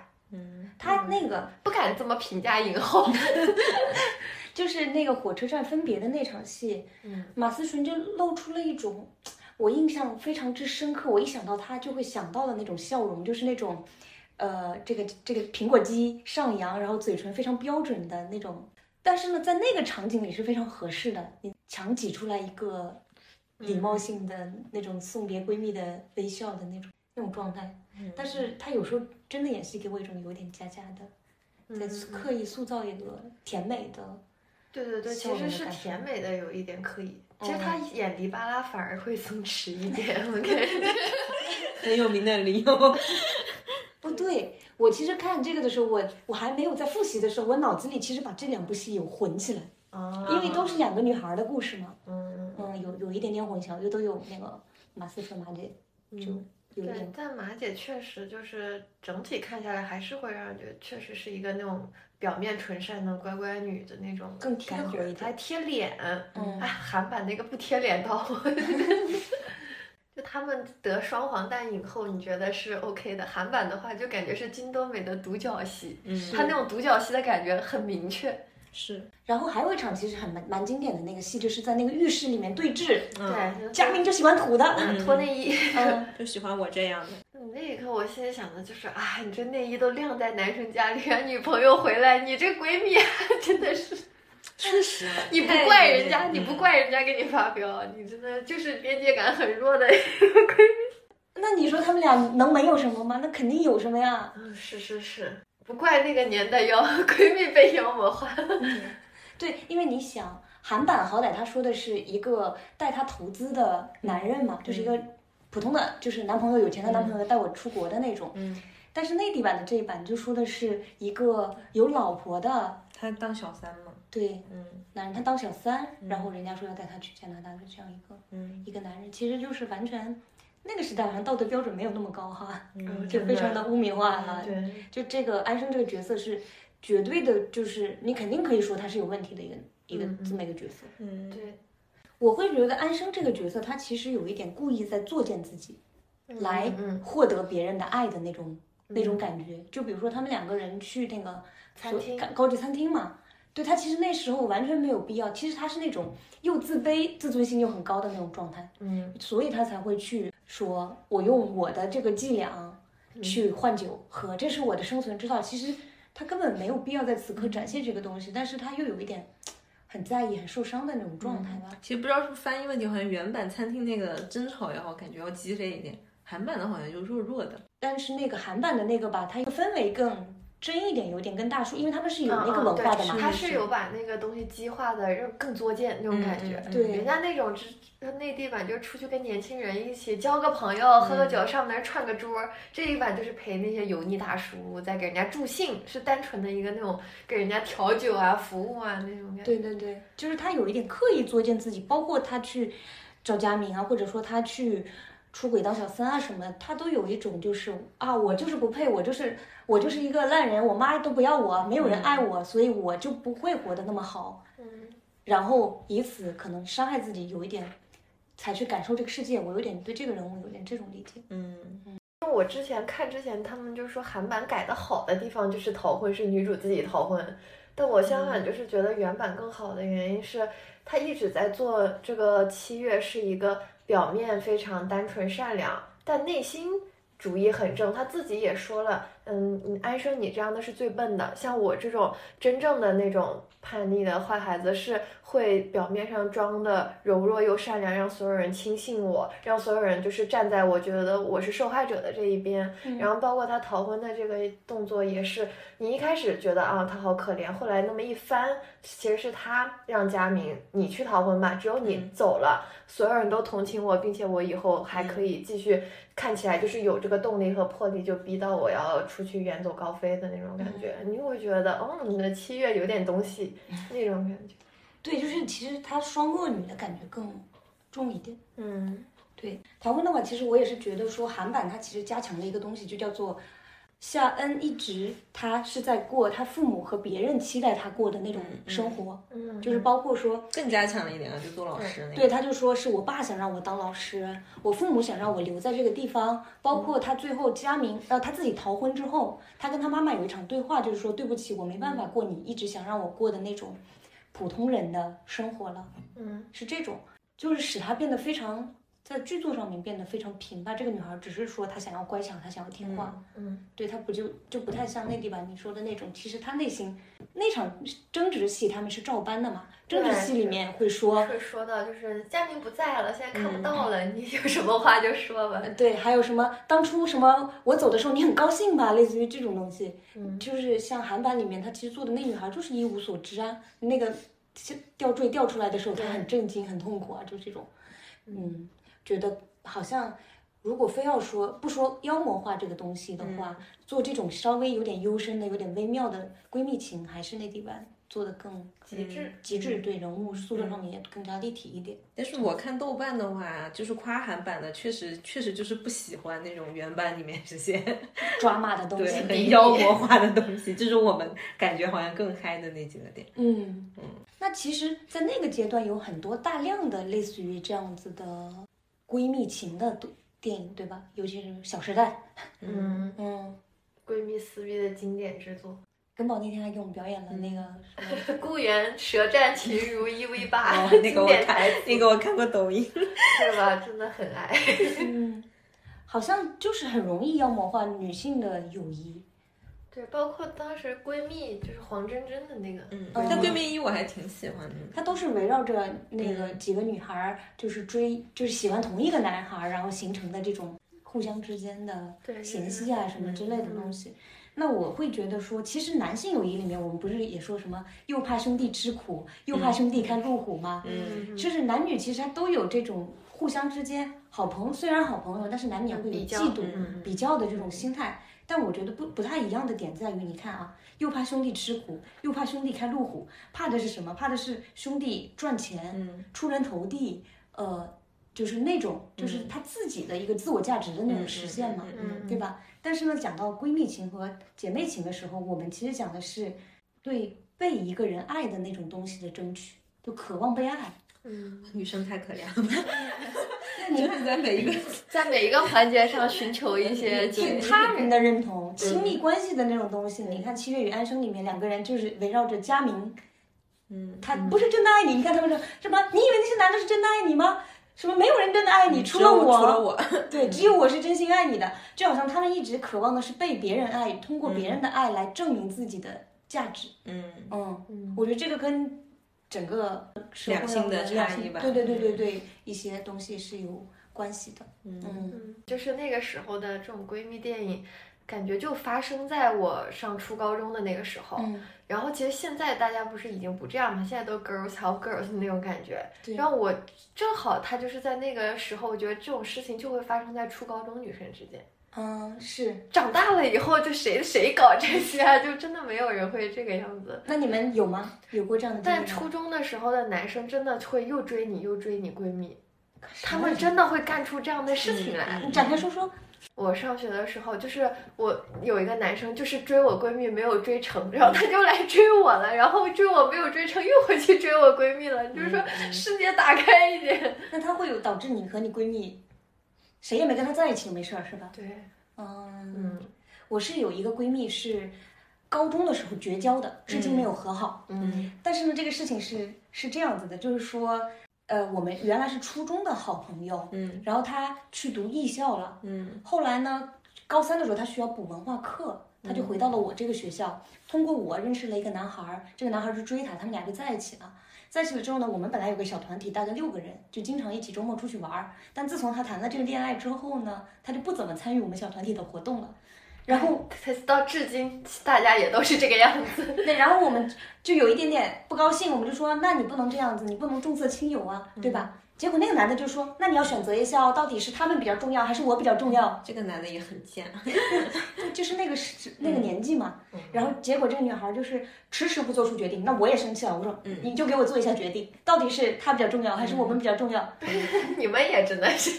S4: 她
S5: 嗯
S4: 那个
S5: 不敢这么评价影后。
S4: 就是那个火车站分别的那场戏，
S5: 嗯，
S4: 马思纯就露出了一种我印象非常之深刻，我一想到她就会想到的那种笑容，就是那种，呃，这个这个苹果肌上扬，然后嘴唇非常标准的那种。但是呢，在那个场景里是非常合适的，你强挤出来一个礼貌性的那种送别闺蜜的微笑的那种，那种状态。但是他有时候真的演戏给我一种有点假假的，在刻意塑造一个甜美的，
S5: 对对对，其
S4: 笑容的
S5: 实是
S4: 感受
S5: 甜美的有一点刻意。其实
S4: 嗯
S5: 他演黎巴拉反而会松弛一点，我感觉。
S2: 很有名的理由。
S4: 不哦对，我其实看这个的时候，我我还没有在复习的时候，我脑子里其实把这两部戏有混起来，因为都是两个女孩的故事嘛。
S5: 嗯，
S4: 嗯，有有一点点混淆，又都有那个马思纯、马姐，
S5: 嗯
S4: 就有一
S5: 对
S4: 点，。
S5: 但马姐确实就是整体看下来，还是会让人觉得确实是一个那种表面纯善的乖乖女的那种
S4: 更贴合
S5: 感觉
S4: 一点
S5: 还贴脸。
S4: 嗯
S5: 哎，韩版那个不贴脸到我。 就他们得双黄蛋影后，你觉得是 OK 的？韩版的话，就感觉是金多美的独角戏，
S2: 嗯
S5: 她那种独角戏的感觉很明确。
S2: 是，
S4: 然后还有一场其实很蛮蛮经典的那个戏，就是在那个浴室里面对峙，
S5: 对，
S4: 嗯嘉宾就嗯喜欢土的，
S5: 脱内衣。
S4: 嗯，
S2: 就喜欢我这样的。
S5: 那一刻，我心里想的就是啊，你这内衣都晾在男生家里，让女朋友回来，你这闺蜜啊，真的 是，
S2: 确实，
S5: 你不怪人家，你不
S2: 嗯
S5: 怪人家给你发飙，啊你真的就是边界感很弱的。
S4: 那你说他们俩能没有什么吗？那肯定有什么呀。
S5: 嗯，是是是，不怪那个年代妖 闺蜜被妖魔化了。
S4: 对，因为你想，韩版好歹他说的是一个带他投资的
S2: 嗯
S4: 男人嘛，就是一个普通的，就是男朋友有钱的男朋友带我出国的那种。
S2: 嗯，
S4: 但是内地版的这一版就说的是一个有老婆的，
S2: 他当小三嘛，
S4: 对，
S2: 嗯
S4: 男人他当小三，然后人家说要带他去加拿大的这样一个
S2: 嗯
S4: 一个男人，其实就是完全那个时代好像道德标准没有那么高哈，
S2: 嗯
S4: 就非常的污名化哈。
S5: 对，
S4: 就这个安生这个角色是绝对的，就是你肯定可以说他是有问题的一个一个
S5: 嗯
S4: 这么一个角色。
S2: 嗯，
S5: 对，
S4: 我会觉得安生这个角色，他其实有一点故意在作践自己，来
S5: 嗯
S4: 获得别人的爱的那种、那种感觉。就比如说他们两个人去那个
S5: 餐厅
S4: 高高级餐厅嘛，对他其实那时候完全没有必要。其实他是那种又自卑、自尊心又很高的那种状态，
S5: 嗯，
S4: 所以他才会去说我用我的这个伎俩
S5: 嗯
S4: 去换酒喝，这是我的生存之道。其实他根本没有必要在此刻展现这个东西，但是他又有一点。很在意、很受伤的那种状态
S5: 嗯
S4: 吧，
S2: 其实不知道是不是翻译问题，好像原版餐厅那个争吵也好，感觉要激烈一点。韩版的好像就弱弱的，
S4: 但是那个韩版的那个吧，它氛围更真一点，有点跟大叔，因为他们是有
S5: 嗯
S4: 那个
S5: 嗯
S4: 文化的
S5: 对
S4: 嘛。
S5: 他是有把那个东西激化的让更作践那种感觉。
S2: 嗯嗯
S4: 对
S5: 人家那种只内地版就是出去跟年轻人一起交个朋友、喝
S4: 嗯
S5: 个酒、上门串个桌儿，这一版就是陪那些油腻大叔在给人家助兴，是单纯的一个那种给人家调酒啊、服务啊那种感觉。
S4: 对对对，就是他有一点刻意作践自己，包括他去找佳明啊，或者说他去出轨当小三啊什么的，他都有一种就是啊，我就是不配，我就是我就是一个烂人，我妈都不要我，没有人爱我，所以我就不会活得那么好，
S5: 嗯，
S4: 然后以此可能伤害自己，有一点才去感受这个世界。我有点对这个人物有点这种理解。
S2: 嗯，
S5: 因为我之前看之前，他们就说韩版改的好的地方就是逃婚是女主自己逃婚，但我相反就是觉得原版更好的原因是，她一直在做这个七月是一个表面非常单纯善良，但内心主意很正。她自己也说了，嗯，你安生你这样的是最笨的，像我这种真正的那种叛逆的坏孩子是会表面上装的柔弱又善良，让所有人轻信我，让所有人就是站在我觉得我是受害者的这一边。然后包括他逃婚的这个动作也是，你一开始觉得啊他好可怜，后来那么一翻，其实是他让佳明你去逃婚吧，只有你走了，所有人都同情我，并且我以后还可以继续看起来就是有这个动力和魄力，就逼到我要出去远走高飞的那种感觉。你会觉得，哦，你的七月有点东西那种感觉。
S4: 对，就是其实她双恶女的感觉更重一点。
S5: 嗯
S4: 对，逃婚的话，其实我也是觉得说韩版它其实加强了一个东西，就叫做夏恩一直她是在过她父母和别人期待她过的那种生活，
S5: 嗯，
S4: 就是包括说，
S2: 更加强了一点啊，就做老师那个。
S4: 对，她就说是我爸想让我当老师，我父母想让我留在这个地方，包括她最后佳明，呃，她自己逃婚之后，她跟她妈妈有一场对话，就是说对不起，我没办法过你一直想让我过的那种普通人的生活了。
S5: 嗯
S4: 是这种，就是使他变得非常在剧作上面变得非常平淡。这个女孩只是说她想要乖巧，她想要听话，
S2: 嗯，
S4: 对她不就就不太像内地版你说的那种。其实她内心那场争执戏他们是照搬的嘛，争执戏里面会说
S5: 会说到就是佳明不在了，现在看不到了，你有什么话就说吧。
S4: 对，还有什么当初什么我走的时候你很高兴吧，类似于这种东西，嗯，就是像韩版里面他其实做的那女孩就是一无所知啊，那个吊坠掉出来的时候她很震惊很痛苦啊，就这种，嗯，觉得好像如果非要说不说妖魔化这个东西的话，做这种稍微有点幽深的、有点微妙的闺蜜情，还是内地版做的更
S5: 极致，
S4: 极致，嗯对人物塑造上面也更加立体一点。
S2: 但是我看豆瓣的话，就是夸韩版的，确实确实就是不喜欢那种原版里面这些
S4: 抓马的东西
S2: 对，很妖魔化的东西，就是我们感觉好像更嗨的那几个点。
S4: 嗯，那其实，在那个阶段有很多大量的类似于这样子的闺蜜情的都电影，对吧？尤其是《小时代》，
S5: 嗯，
S4: 嗯，
S5: 闺蜜撕逼的经典之作。
S4: 耿宝那天还给我们表演了那个什么，
S5: 故园舌战群儒一 v 八
S2: 哦，，那个
S5: 经
S2: 我
S5: 典
S2: 看
S5: 台词，
S2: 那个我看过抖音，
S5: 对吧？真的很爱。
S4: 嗯，好像就是很容易妖魔化女性的友谊。
S5: 对，包括当时闺蜜就是黄真真的那个，
S2: 嗯，
S4: 嗯
S2: 但闺蜜一我还挺喜欢的。
S4: 它都是围绕着那个几个女孩儿，就是追，就是喜欢同一个男孩儿，然后形成的这种互相之间的
S5: 对
S4: 嫌隙啊什么之
S2: 嗯
S4: 类的东西。那我会觉得说，其实男性友谊里面，我们不是也说什么又怕兄弟吃苦，又怕兄弟看路虎吗？
S2: 嗯，
S4: 就是男女其实它都有这种互相之间好朋虽然好朋友，但是难免会有
S5: 比
S4: 嫉
S5: 较
S4: 妒、
S2: 嗯
S4: 比较的这种心态。但我觉得不不太一样的点在于，你看啊，又怕兄弟吃苦，又怕兄弟开路虎，怕的是什么？怕的是兄弟赚钱、
S2: 嗯
S4: 出人头地，呃，就是那种就是他自己的一个自我价值的那种实现嘛。
S2: 嗯
S4: 对吧？但是呢，讲到闺蜜情和姐妹情的时候，我们其实讲的是对被一个人爱的那种东西的争取，就渴望被爱。
S5: 嗯，
S2: 女生太可怜 了，
S4: 你
S2: 就是在每一个
S5: 在每一个环节上寻求一些
S4: 对
S5: 情
S4: 嗯他人的认同、亲密关系的那种东西，你看《七月与安生》里面两个人就是围绕着佳明，
S2: 嗯，
S4: 他不是真的爱你，你看他们说什么？你以为那些男的是真的爱你吗？什么没嗯有人真的爱你，除了
S2: 我，除了
S4: 我，嗯
S2: 我，
S4: 对，只有我是真心爱你的。就好像他们一直渴望的是被别人爱，通过别人的爱来证明自己的价值。
S2: 嗯，
S4: 嗯，
S5: 嗯
S4: 我觉得这个跟整个社会啊
S2: 两性的差异吧嗯
S4: 对对对对对，一些东西是有关系的。嗯
S5: 嗯，就是那个时候的这种闺蜜电影，感觉就发生在我上初高中的那个时候。
S4: 嗯，
S5: 然后其实现在大家不是已经不这样嘛，现在都 girls help girls 那种感觉。
S4: 对
S5: 然后我正好他就是在那个时候，我觉得这种事情就会发生在初高中女生之间。
S4: 嗯是。
S5: 长大了以后，就谁谁搞这些啊，就真的没有人会这个样子。
S4: 那你们有吗？有过这样的经历
S5: 但
S4: 吗？
S5: 初中的时候的男生真的会又追你又追你闺蜜，他们真的会干出这样的事情来。
S4: 你展开说说。
S5: 我上学的时候，就是我有一个男生，就是追我闺蜜没有追成，然后他就来追我了，然后追我没有追成，又回去追我闺蜜了。你就是说世界打开一点，
S4: 那他会有导致你和你闺蜜谁也没跟他在一起，没事儿是吧？
S5: 对，
S4: 嗯，
S5: 嗯
S4: 我是有一个闺蜜是高中的时候绝交的，至今没有和好。
S5: 嗯
S4: 但是呢，这个事情是是这样子的，就是说，呃，我们原来是初中的好朋友，
S2: 嗯，
S4: 然后她去读艺校了，
S2: 嗯，
S4: 后来呢，高三的时候她需要补文化课，她就回到了我这个学校，通过我认识了一个男孩儿，这个男孩儿就追她，他们俩就在一起了。在一起了之后呢，我们本来有个小团体，大概六个人，就经常一起周末出去玩儿。但自从她谈了这个恋爱之后呢，她就不怎么参与我们小团体的活动了。然后
S5: 他到至今大家也都是这个样子。
S4: 那然后我们就有一点点不高兴，我们就说，那你不能这样子，你不能重色轻友啊，对吧？结果那个男的就说，那你要选择一下哦，到底是他们比较重要，还是我比较重要？
S2: 这个男的也很 贱，
S4: 就就是那个时那个年纪嘛。然后结果这个女孩就是迟迟不做出决定，那我也生气了，我说，你就给我做一下决定，到底是他比较重要，还是我们比较重要？
S5: 你们也真的 是，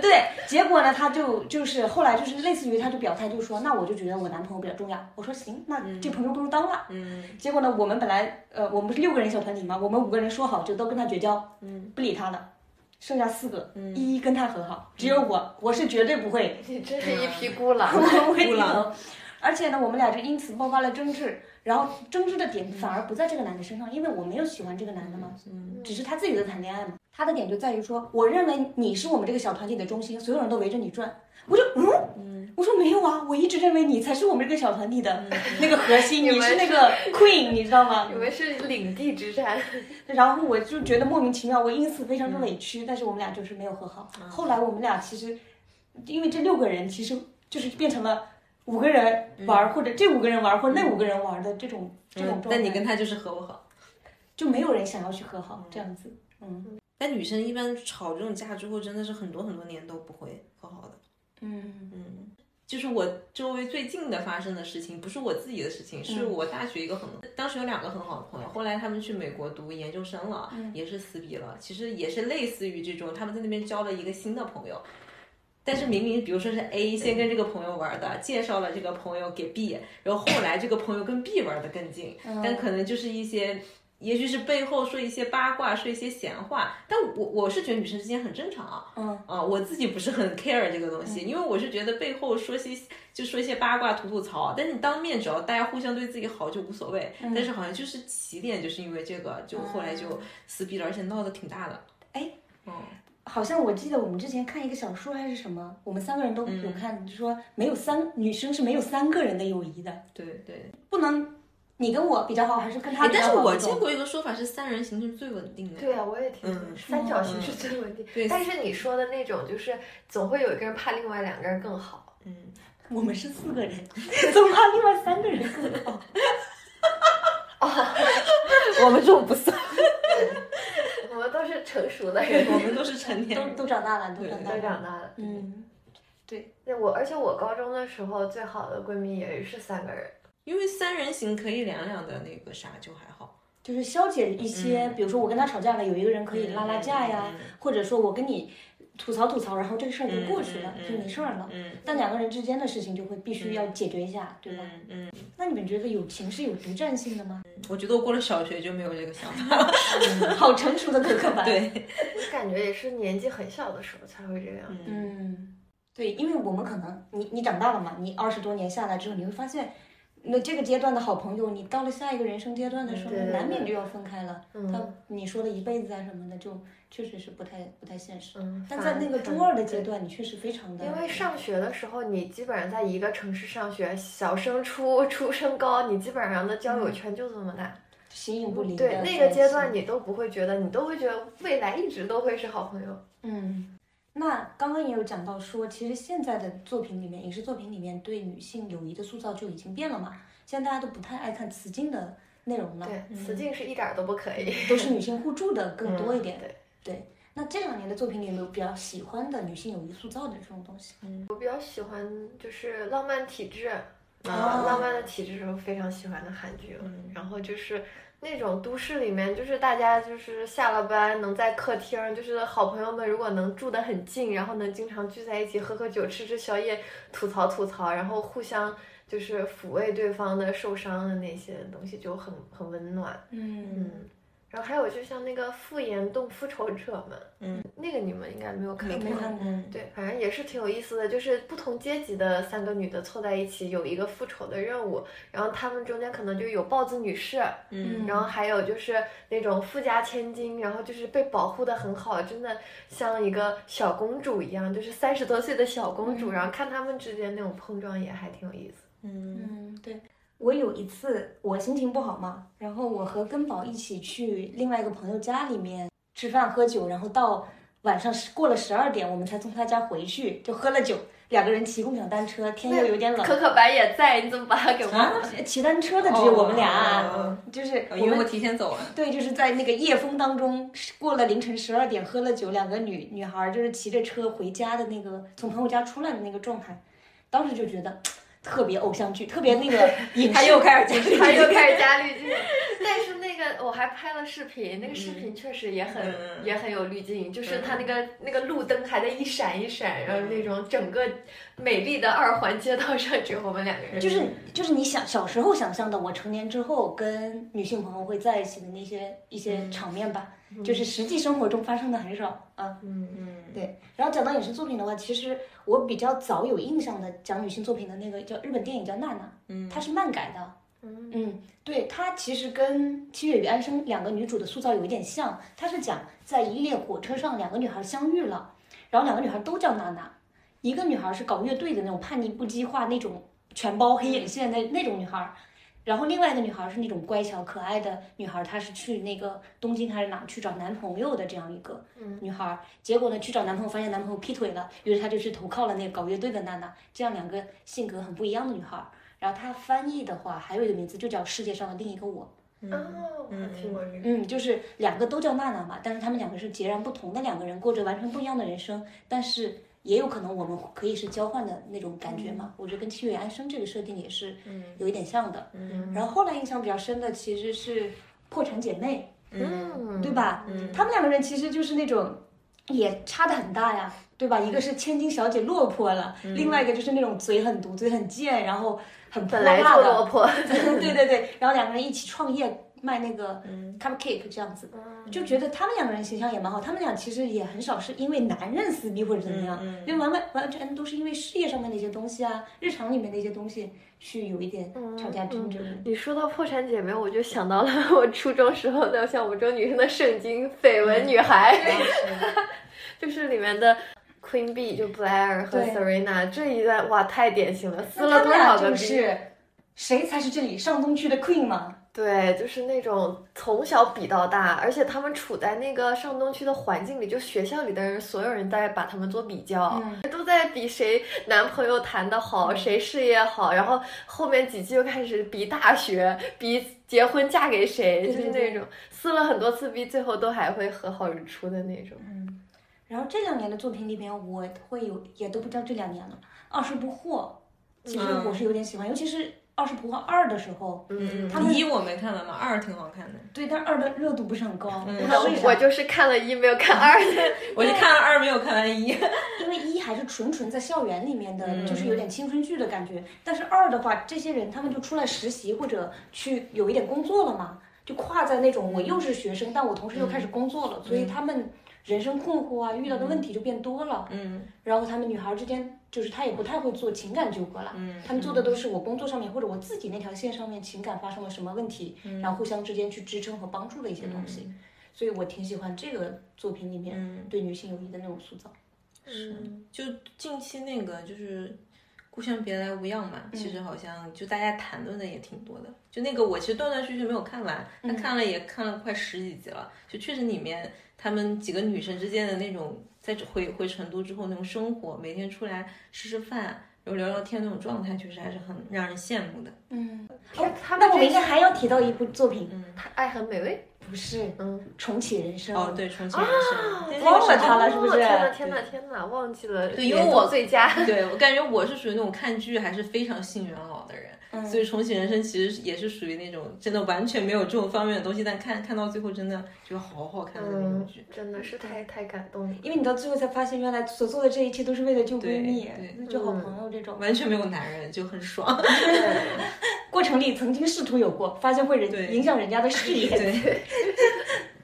S4: 对，结果呢，他就就是后来就是类似于他就表态，就说，那我就觉得我男朋友比较重要。我说行，那这朋友不如当了。
S2: 嗯
S4: 结果呢，我们本来呃，我们不是六个人小团体嘛，我们五个人说好就都跟他绝交，嗯，不理他了，剩下四个，一一跟他和好，只有我，我是绝对不会，
S5: 嗯你真是一批孤狼。
S4: 我不会
S2: 哭
S4: 低
S2: 了
S4: 头。而且呢，我们俩就因此爆发了争执，然后争执的点反而不在这个男的身上，因为我没有喜欢这个男的嘛，
S2: 嗯，
S4: 只是他自己在谈恋爱嘛。他的点就在于说，我认为你是我们这个小团体的中心，所有人都围着你转。我就嗯，我说没有啊，我一直认为你才是我们这个小团体的
S2: 嗯
S4: 那个核心，
S5: 你
S4: 你
S5: 们
S4: 是那个 queen，你知道吗
S5: 你？们是领地之战，
S4: 然后我就觉
S2: 嗯
S4: 得莫名其妙，我因此非常的委屈，但是我们俩就是没有和好。
S2: 啊
S4: 后来我们俩其实，因为这六个人其实就是变成了五个人
S2: 嗯
S4: 玩儿，或者这五个人玩儿，或者那五个人玩儿的这种这种状态。
S2: 但你跟嗯他就是和我好。
S4: 就没有人想要去和好这样子。嗯
S2: 但女生一般吵这种架之后，真的是很多很多年都不会和好的。
S4: 嗯
S2: 嗯，就是我周围最近的发生的事情，不是我自己的事情，是我大学一个很，当时有两个很好的朋友，后来他们去美国读研究生了，也是撕逼了。其实也是类似于这种，他们在那边交了一个新的朋友。但是明明，比如说是 A 先跟这个朋友玩的，介绍了这个朋友给 B，然后后来这个朋友跟 B 玩的更近，但可能就是一些，也许是背后说一些八卦，说一些闲话。但我我是觉得女生之间很正常啊，啊，我自己不是很 care 这个东西，因为我是觉得背后说些就说一些八卦吐吐槽，但是你当面只要大家互相对自己好就无所谓。但是好像就是起点就是因为这个，就后来就撕逼了，而且闹得挺大的。
S4: 好像我记得我们之前看一个小说还是什么，我们三个人都
S2: 嗯
S4: 有看，就说没有三女生是没有三个人的友谊的，
S2: 对对，
S4: 不能你跟我比较好，还是跟他
S2: 哎，
S4: 比
S2: 但是
S4: 较好这种。
S2: 我见过一个说法是三人行是最稳定的。
S5: 对呀、啊我也听说、
S2: 嗯
S5: 三角形是最稳定、
S2: 对
S5: 但是你说的那种，就是总会有一个人怕另外两个人更好。
S2: 嗯，
S4: 我们是四个人， 总怕另外三个人 更好。
S2: 我们这种不算，
S5: 我们都是成熟的人，
S2: 我 们都是成年
S4: 都
S2: 人。
S4: 都长大了，都长大
S5: 都
S4: 了。
S5: 长大了。
S4: 嗯，
S5: 对我，而且我高中的时候最好的闺蜜也是三个人。
S2: 因为三人行可以两两的那个啥就还好。
S4: 就是消解一些，
S2: 嗯
S4: 比如说我跟他吵架了，有一个人可以拉拉架呀，
S2: 嗯嗯
S4: 或者说我跟你吐槽吐槽，然后这个事儿就过去了，
S2: 嗯嗯
S4: 就没事儿了。
S2: 嗯
S4: 但两个人之间的事情就会必须要解决一下，对吧？
S2: 嗯嗯，
S4: 那你们觉得友情是有独占性的吗？
S2: 我觉得我过了小学就没有这个想法。
S4: 好成熟的可可白。，
S2: 对，
S5: 我感觉也是年纪很小的时候才会这样。
S2: 嗯
S4: 嗯，对，因为我们可能你你长大了嘛，你二十多年下来之后，你会发现，那这个阶段的好朋友，你到了下一个人生阶段的时候，
S5: 嗯对对
S4: 难免
S5: 对
S4: 就要分开了。
S5: 嗯
S4: 他你说的一辈子啊什么的，就确实是不太不太现实。
S5: 嗯，
S4: 但在那个
S5: 反
S4: 中二的阶。段，你确实非常的，
S5: 对因为上学的时候，你基本上在一个城市上学，小升初、初升高，你基本上的交友圈就这么大。
S4: 形嗯影不离的
S5: 对
S4: 在一起。
S5: 那个阶段，你都不会觉得，你都会觉得未来一直都会是好朋友。
S4: 嗯，那刚刚也有讲到说，其实现在的作品里面，影视作品里面对女性友谊的塑造就已经变了嘛。现在大家都不太爱看雌竞的内容了，
S5: 对，雌竞是一点儿都不可以。
S4: 都是女性互助的更嗯多一点。
S5: 对
S4: 对，那这两年的作品里有没有比较喜欢的女性友谊塑造的这种东西？
S5: 我比较喜欢就是浪漫体质，
S4: 啊
S5: 浪漫的体质是我非常喜欢的韩剧。
S2: 嗯
S5: 然后就是那种都市里面，就是大家就是下了班能在客厅，就是好朋友们如果能住得很近，然后能经常聚在一起喝喝酒、吃吃宵夜、吐槽吐槽，然后互相就是抚慰对方的受伤的那些东西，就很很温暖。
S4: 嗯，
S5: 嗯，然后还有就像那个傅岩洞复仇者们，
S2: 嗯，
S5: 那个你们应该没有看过，
S4: 没嗯看过。
S5: 对，反正也是挺有意思的，就是不同阶级的三个女的凑在一起，有一个复仇的任务，然后她们中间可能就有豹子女士，
S2: 嗯
S5: 然后还有就是那种富家千金，然后就是被保护的很好，真的像一个小公主一样，就是三十多岁的小公
S4: 嗯
S5: 主，然后看她们之间那种碰撞也还挺有意思。
S2: 嗯
S4: 嗯，对。我有一次我心情不好嘛，然后我和根宝一起去另外一个朋友家里面吃饭喝酒，然后到晚上十过了十二点，我们才从他家回去，就喝了酒，两个人骑共享单车，天又有点冷
S5: 可可白也在，你怎么把她给忘
S4: 啊
S5: 了？，
S4: 骑单车的只有我们俩啊、
S2: 哦
S4: 就是我
S2: 因为我
S4: 们
S2: 提前走了。
S4: 对，就是在那个夜风当中，过了凌晨十二点，喝了酒，两个女女孩儿就是骑着车回家的那个，从朋友家出来的那个状态，当时就觉得特别偶像剧，特别那 个影视，
S2: 他又开始讲
S5: 他又开始加滤镜， 但是那个我还拍了视频，那个视频确实也很、
S2: 嗯
S5: 也很有滤镜，就是它那个、那个路灯还在一闪一闪，然后那种整个美丽的二环街道上只有我们两个人，
S4: 就是就是你想小时候想象的，我成年之后跟女性朋友会在一起的那些一些场面吧，就是实际生活中发生的很少啊。
S5: 嗯
S2: 嗯
S4: 对，然后讲到影视作品的话，其实我比较早有印象的讲女性作品的那个叫日本电影叫《娜娜》，
S2: 嗯
S4: 它是漫改的，
S5: 嗯
S4: 嗯，对，它其实跟《七月与安生》两个女主的塑造有一点像，它是讲在一列火车上，两个女孩相遇了，然后两个女孩都叫娜娜，一个女孩是搞乐队的那种叛逆不羁化那种全包黑眼线的那种女孩，然后另外一个女孩是那种乖巧可爱的女孩，她是去那个东京还是哪儿去找男朋友的这样一个女孩，结果呢去找男朋友发现男朋友劈腿了，于是她就去投靠了那个搞乐队的娜娜，这样两个性格很不一样的女孩。然后它翻译的话，还有一个名字就叫《世界上的另一个我》。
S5: 哦，我听过这个。
S4: 嗯，就是两个都叫娜娜嘛，但是他们两个是截然不同的两个人，过着完全不一样的人生。但是也有可能我们可以是交换的那种感觉嘛。
S5: 嗯
S4: 我觉得跟七月安生这个设定也是有一点像的。嗯，然后后来印象比较深的其实是《破产姐妹》。
S5: 嗯，
S4: 对吧？他们两个人其实就是那种也差的很大呀，
S5: 嗯
S4: 对吧？一个是千金小姐落魄了，另外一个就是那种嘴很毒、嘴很贱，然后很泼
S5: 本来
S4: 辣
S5: 就落
S4: 的，
S5: 魄。
S4: 对对对。然后两个人一起创业卖那个 cupcake 这样子，就觉得他们两个人形象也蛮好。他们俩其实也很少是因为男人撕逼或者怎么样，因为完完完全都是因为事业上面的一些东西啊，日常里面的一些东西去有一点吵架争执。
S5: 你说到破产姐妹，我就想到了我初中时候的像我们这种女生的圣经《绯闻女孩》
S4: 嗯
S5: 就是里面的 Queen B 就 Blair 和
S4: 对
S5: Serena 这一段，哇，太典型了，撕
S4: 他
S5: 了
S4: 们
S5: 多少
S4: 俩
S5: 个逼？
S4: 就是谁才是这里上东区的 queen 嘛？
S5: 对，就是那种从小比到大，而且他们处在那个上东区的环境里，就学校里的人，所有人在把他们做比较，
S4: 嗯
S5: 都在比谁男朋友谈得好，谁事业好，然后后面几季又开始比大学，比结婚嫁给谁，
S4: 对
S5: 就是
S4: 对
S5: 那种撕了很多次逼，最后都还会和好如初的那
S4: 嗯
S5: 种。
S4: 然后这两年的作品里边，我会有也都不知道这两年了，《二十不惑》，其实我是有点喜欢，尤其是《二十不惑二》的时候，
S5: 嗯，
S4: 他们
S2: 一我没看完嘛，二挺好看的，
S4: 对，但二的热度不是很高，不知道为
S5: 嗯我我
S4: 啥，
S5: 就是看了一没有看二的，
S4: 啊
S2: 我就看了二没有看完一。
S4: 因为一还是纯纯在校园里面的，就是
S2: 嗯
S4: 有点青春剧的感觉，但是二的话，这些人他们就出来实习或者去有一点工作了嘛，就跨在那种我又是学生，但我同时又
S2: 嗯
S4: 开始工作了，所以他们人生困惑啊，遇到的问题就变多了。
S2: 嗯
S4: 然后她们女孩之间，就是她也不太会做情感纠葛了，
S2: 嗯
S4: 她们做的都是我工作上面或者我自己那条线上面情感发生了什么问题，
S2: 嗯
S4: 然后互相之间去支撑和帮助的一些东西，所以我挺喜欢这个作品里面
S2: 嗯，
S4: 对女性友谊的那种塑造。嗯
S2: 就近期那个就是《故乡别来无恙》嘛，
S4: 嗯
S2: 其实好像就大家谈论的也挺多的。就那个我其实断断续续没有看完，
S4: 嗯
S2: 但看了也看了快十几集了。就确实里面她们几个女生之间的那种，在回回成都之后那种生活，每天出来吃吃饭，然后聊聊天那种状态，确实还是很让人羡慕的。
S4: 嗯，
S5: 他哎们
S4: 那我们
S5: 这
S4: 应该还要提到一部作品，
S5: 爱很美味，
S4: 不是
S5: 嗯，
S4: 重启人生
S2: 哦，，对，重庆人生，对那个
S4: 啊忘了
S2: 时候
S4: 他了是不是
S5: 哦天呐天呐天呐，忘记了
S2: 对因为
S5: 连
S2: 我
S5: 坐最佳。
S2: 对我感觉我是属于那种看剧还是非常性缘好的人，
S4: 嗯
S2: 所以重启人生其实也是属于那种真的完全没有这种方面的东西，但看看到最后真的觉得好好看的那种
S5: 嗯
S2: 剧。，
S5: 真的是太太感动了。
S4: 因为你到最后才发现，原来所做的这一切都是为了救
S2: 对
S4: 闺蜜
S2: 对、
S4: 救好朋友这种。
S2: 完全没有男人就很爽，
S4: 过程里曾经试图有过，发现会人
S2: 对
S4: 影响人家的事业。
S2: 对，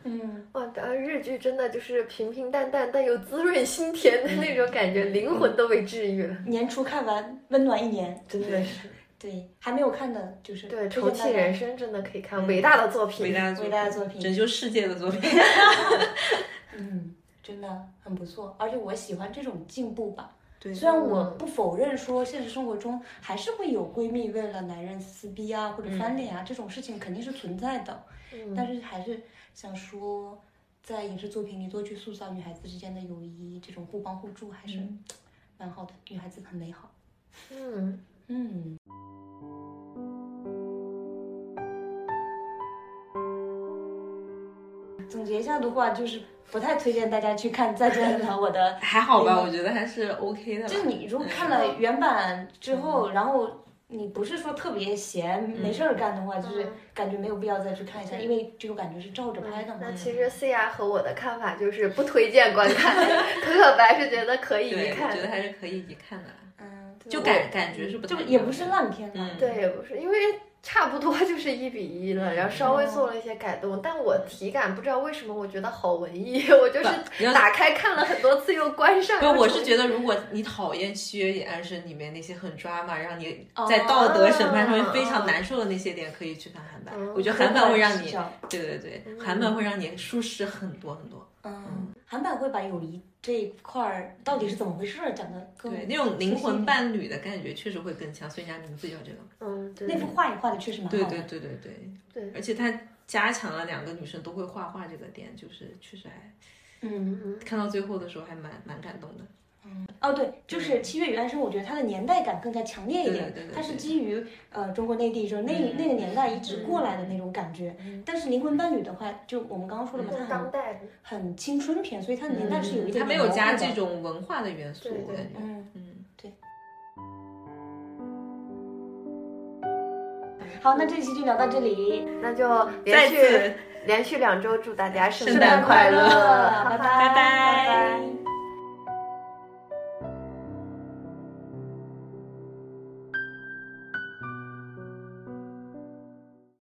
S4: 嗯，
S5: 哇，感觉日剧真的就是平平淡淡但又滋润心田的那种感觉，灵魂都被治愈了，
S4: 年初看完，温暖一年。
S5: 真的是。
S4: 对，还没有看的，就是
S5: 对，
S4: 推
S5: 重
S4: 荐
S5: 启
S4: 大家
S5: 人生真的可以看，伟大的作品。
S2: 伟大的作
S4: 伟
S2: 品，
S4: 大的作品
S2: 拯救世界的作 品。
S4: 嗯，真的很不错，而且我喜欢这种进步吧。
S2: 对嗯
S4: 虽然我不否认说现实生活中还是会有闺蜜为了男人撕逼啊
S2: 嗯
S4: 或者翻脸啊、这种事情肯定是存在的，
S5: 嗯
S4: 但是还是想说，在影视作品里多去塑造女孩子之间的友谊，这种互帮互助还是蛮好的，女孩子很美好。
S5: 嗯，
S4: 嗯， 总结一下的话，就是不太推荐大家去看《再见了我的》
S2: 还好吧，我觉得还是 OK 的 吧。
S4: 就是你如果看了原版之后，然后你不是说特别闲、没事儿干的话，
S5: 嗯
S4: 就是感觉没有必要再去看一下，因为这个感觉是照着拍的嘛
S5: 嗯那。其实 C R 和我的看法就是不推荐观看， 可可白是觉得可以一
S2: 对，我
S5: 看
S2: 觉。得还是可以一看的，
S4: 嗯，
S2: 就感感觉是不太
S4: 就
S2: 一样的
S4: 也不是烂片嘛。
S2: 嗯
S5: 对，不是因为差不多就是一比一了，然后稍
S2: 哦
S5: 微做了一些改动，但我体感不知道为什么，我觉得好文艺， 我就
S2: 你
S5: 是
S2: 要
S5: 打开看了很多次又关上。
S2: 不是，我是觉
S5: 得
S2: 得，如果你讨厌《虚野安生》里面那些很抓马，让你
S4: 哦
S2: 在道德审判上面非常难受的那些点，可以去看韩版。
S5: 哦
S2: 我觉得韩版会让
S4: 嗯是
S2: 你
S4: 这，样
S2: 对对对，韩版会让你舒适很多很多。
S4: 嗯，韩版会把友谊这一块儿到底是怎么回事儿讲的更
S2: 对，那种灵魂伴侣的感觉确实会更强，所以人家名字叫这个。
S5: 嗯，对
S4: 那幅画也画的确实蛮好
S2: 对
S4: 的，
S2: 对对对对
S5: 对
S2: 而且他加强了两个女生都会画画这个点，就是确实还
S4: 嗯
S2: 看到最后的时候还蛮蛮感动的。
S4: 哦对，就是《七月与安生》，我觉得它的年代感更加强烈一点，
S2: 对对对对嗯
S4: 它是基于呃中国内地就是那、那个年代一直过来的那种感觉。但是《灵魂伴侣》的话，就我们刚刚
S2: 嗯
S4: 说了嘛，它
S5: 当
S4: 很
S5: 代
S4: 很青春片，所以它的年代是有一点
S2: 他嗯没
S4: 点
S2: 有加
S4: 模糊的
S2: 这，种文化的元素，
S5: 对对
S2: 我感觉。
S4: 嗯。
S2: 嗯，
S4: 好，那这期就聊到这里，
S5: 那就连
S2: 再
S5: 续
S2: 次
S5: 连续两周祝大家圣
S2: 圣诞
S5: 快
S2: 快乐
S5: 乐，
S4: 拜拜
S5: 拜
S4: 拜
S5: 拜。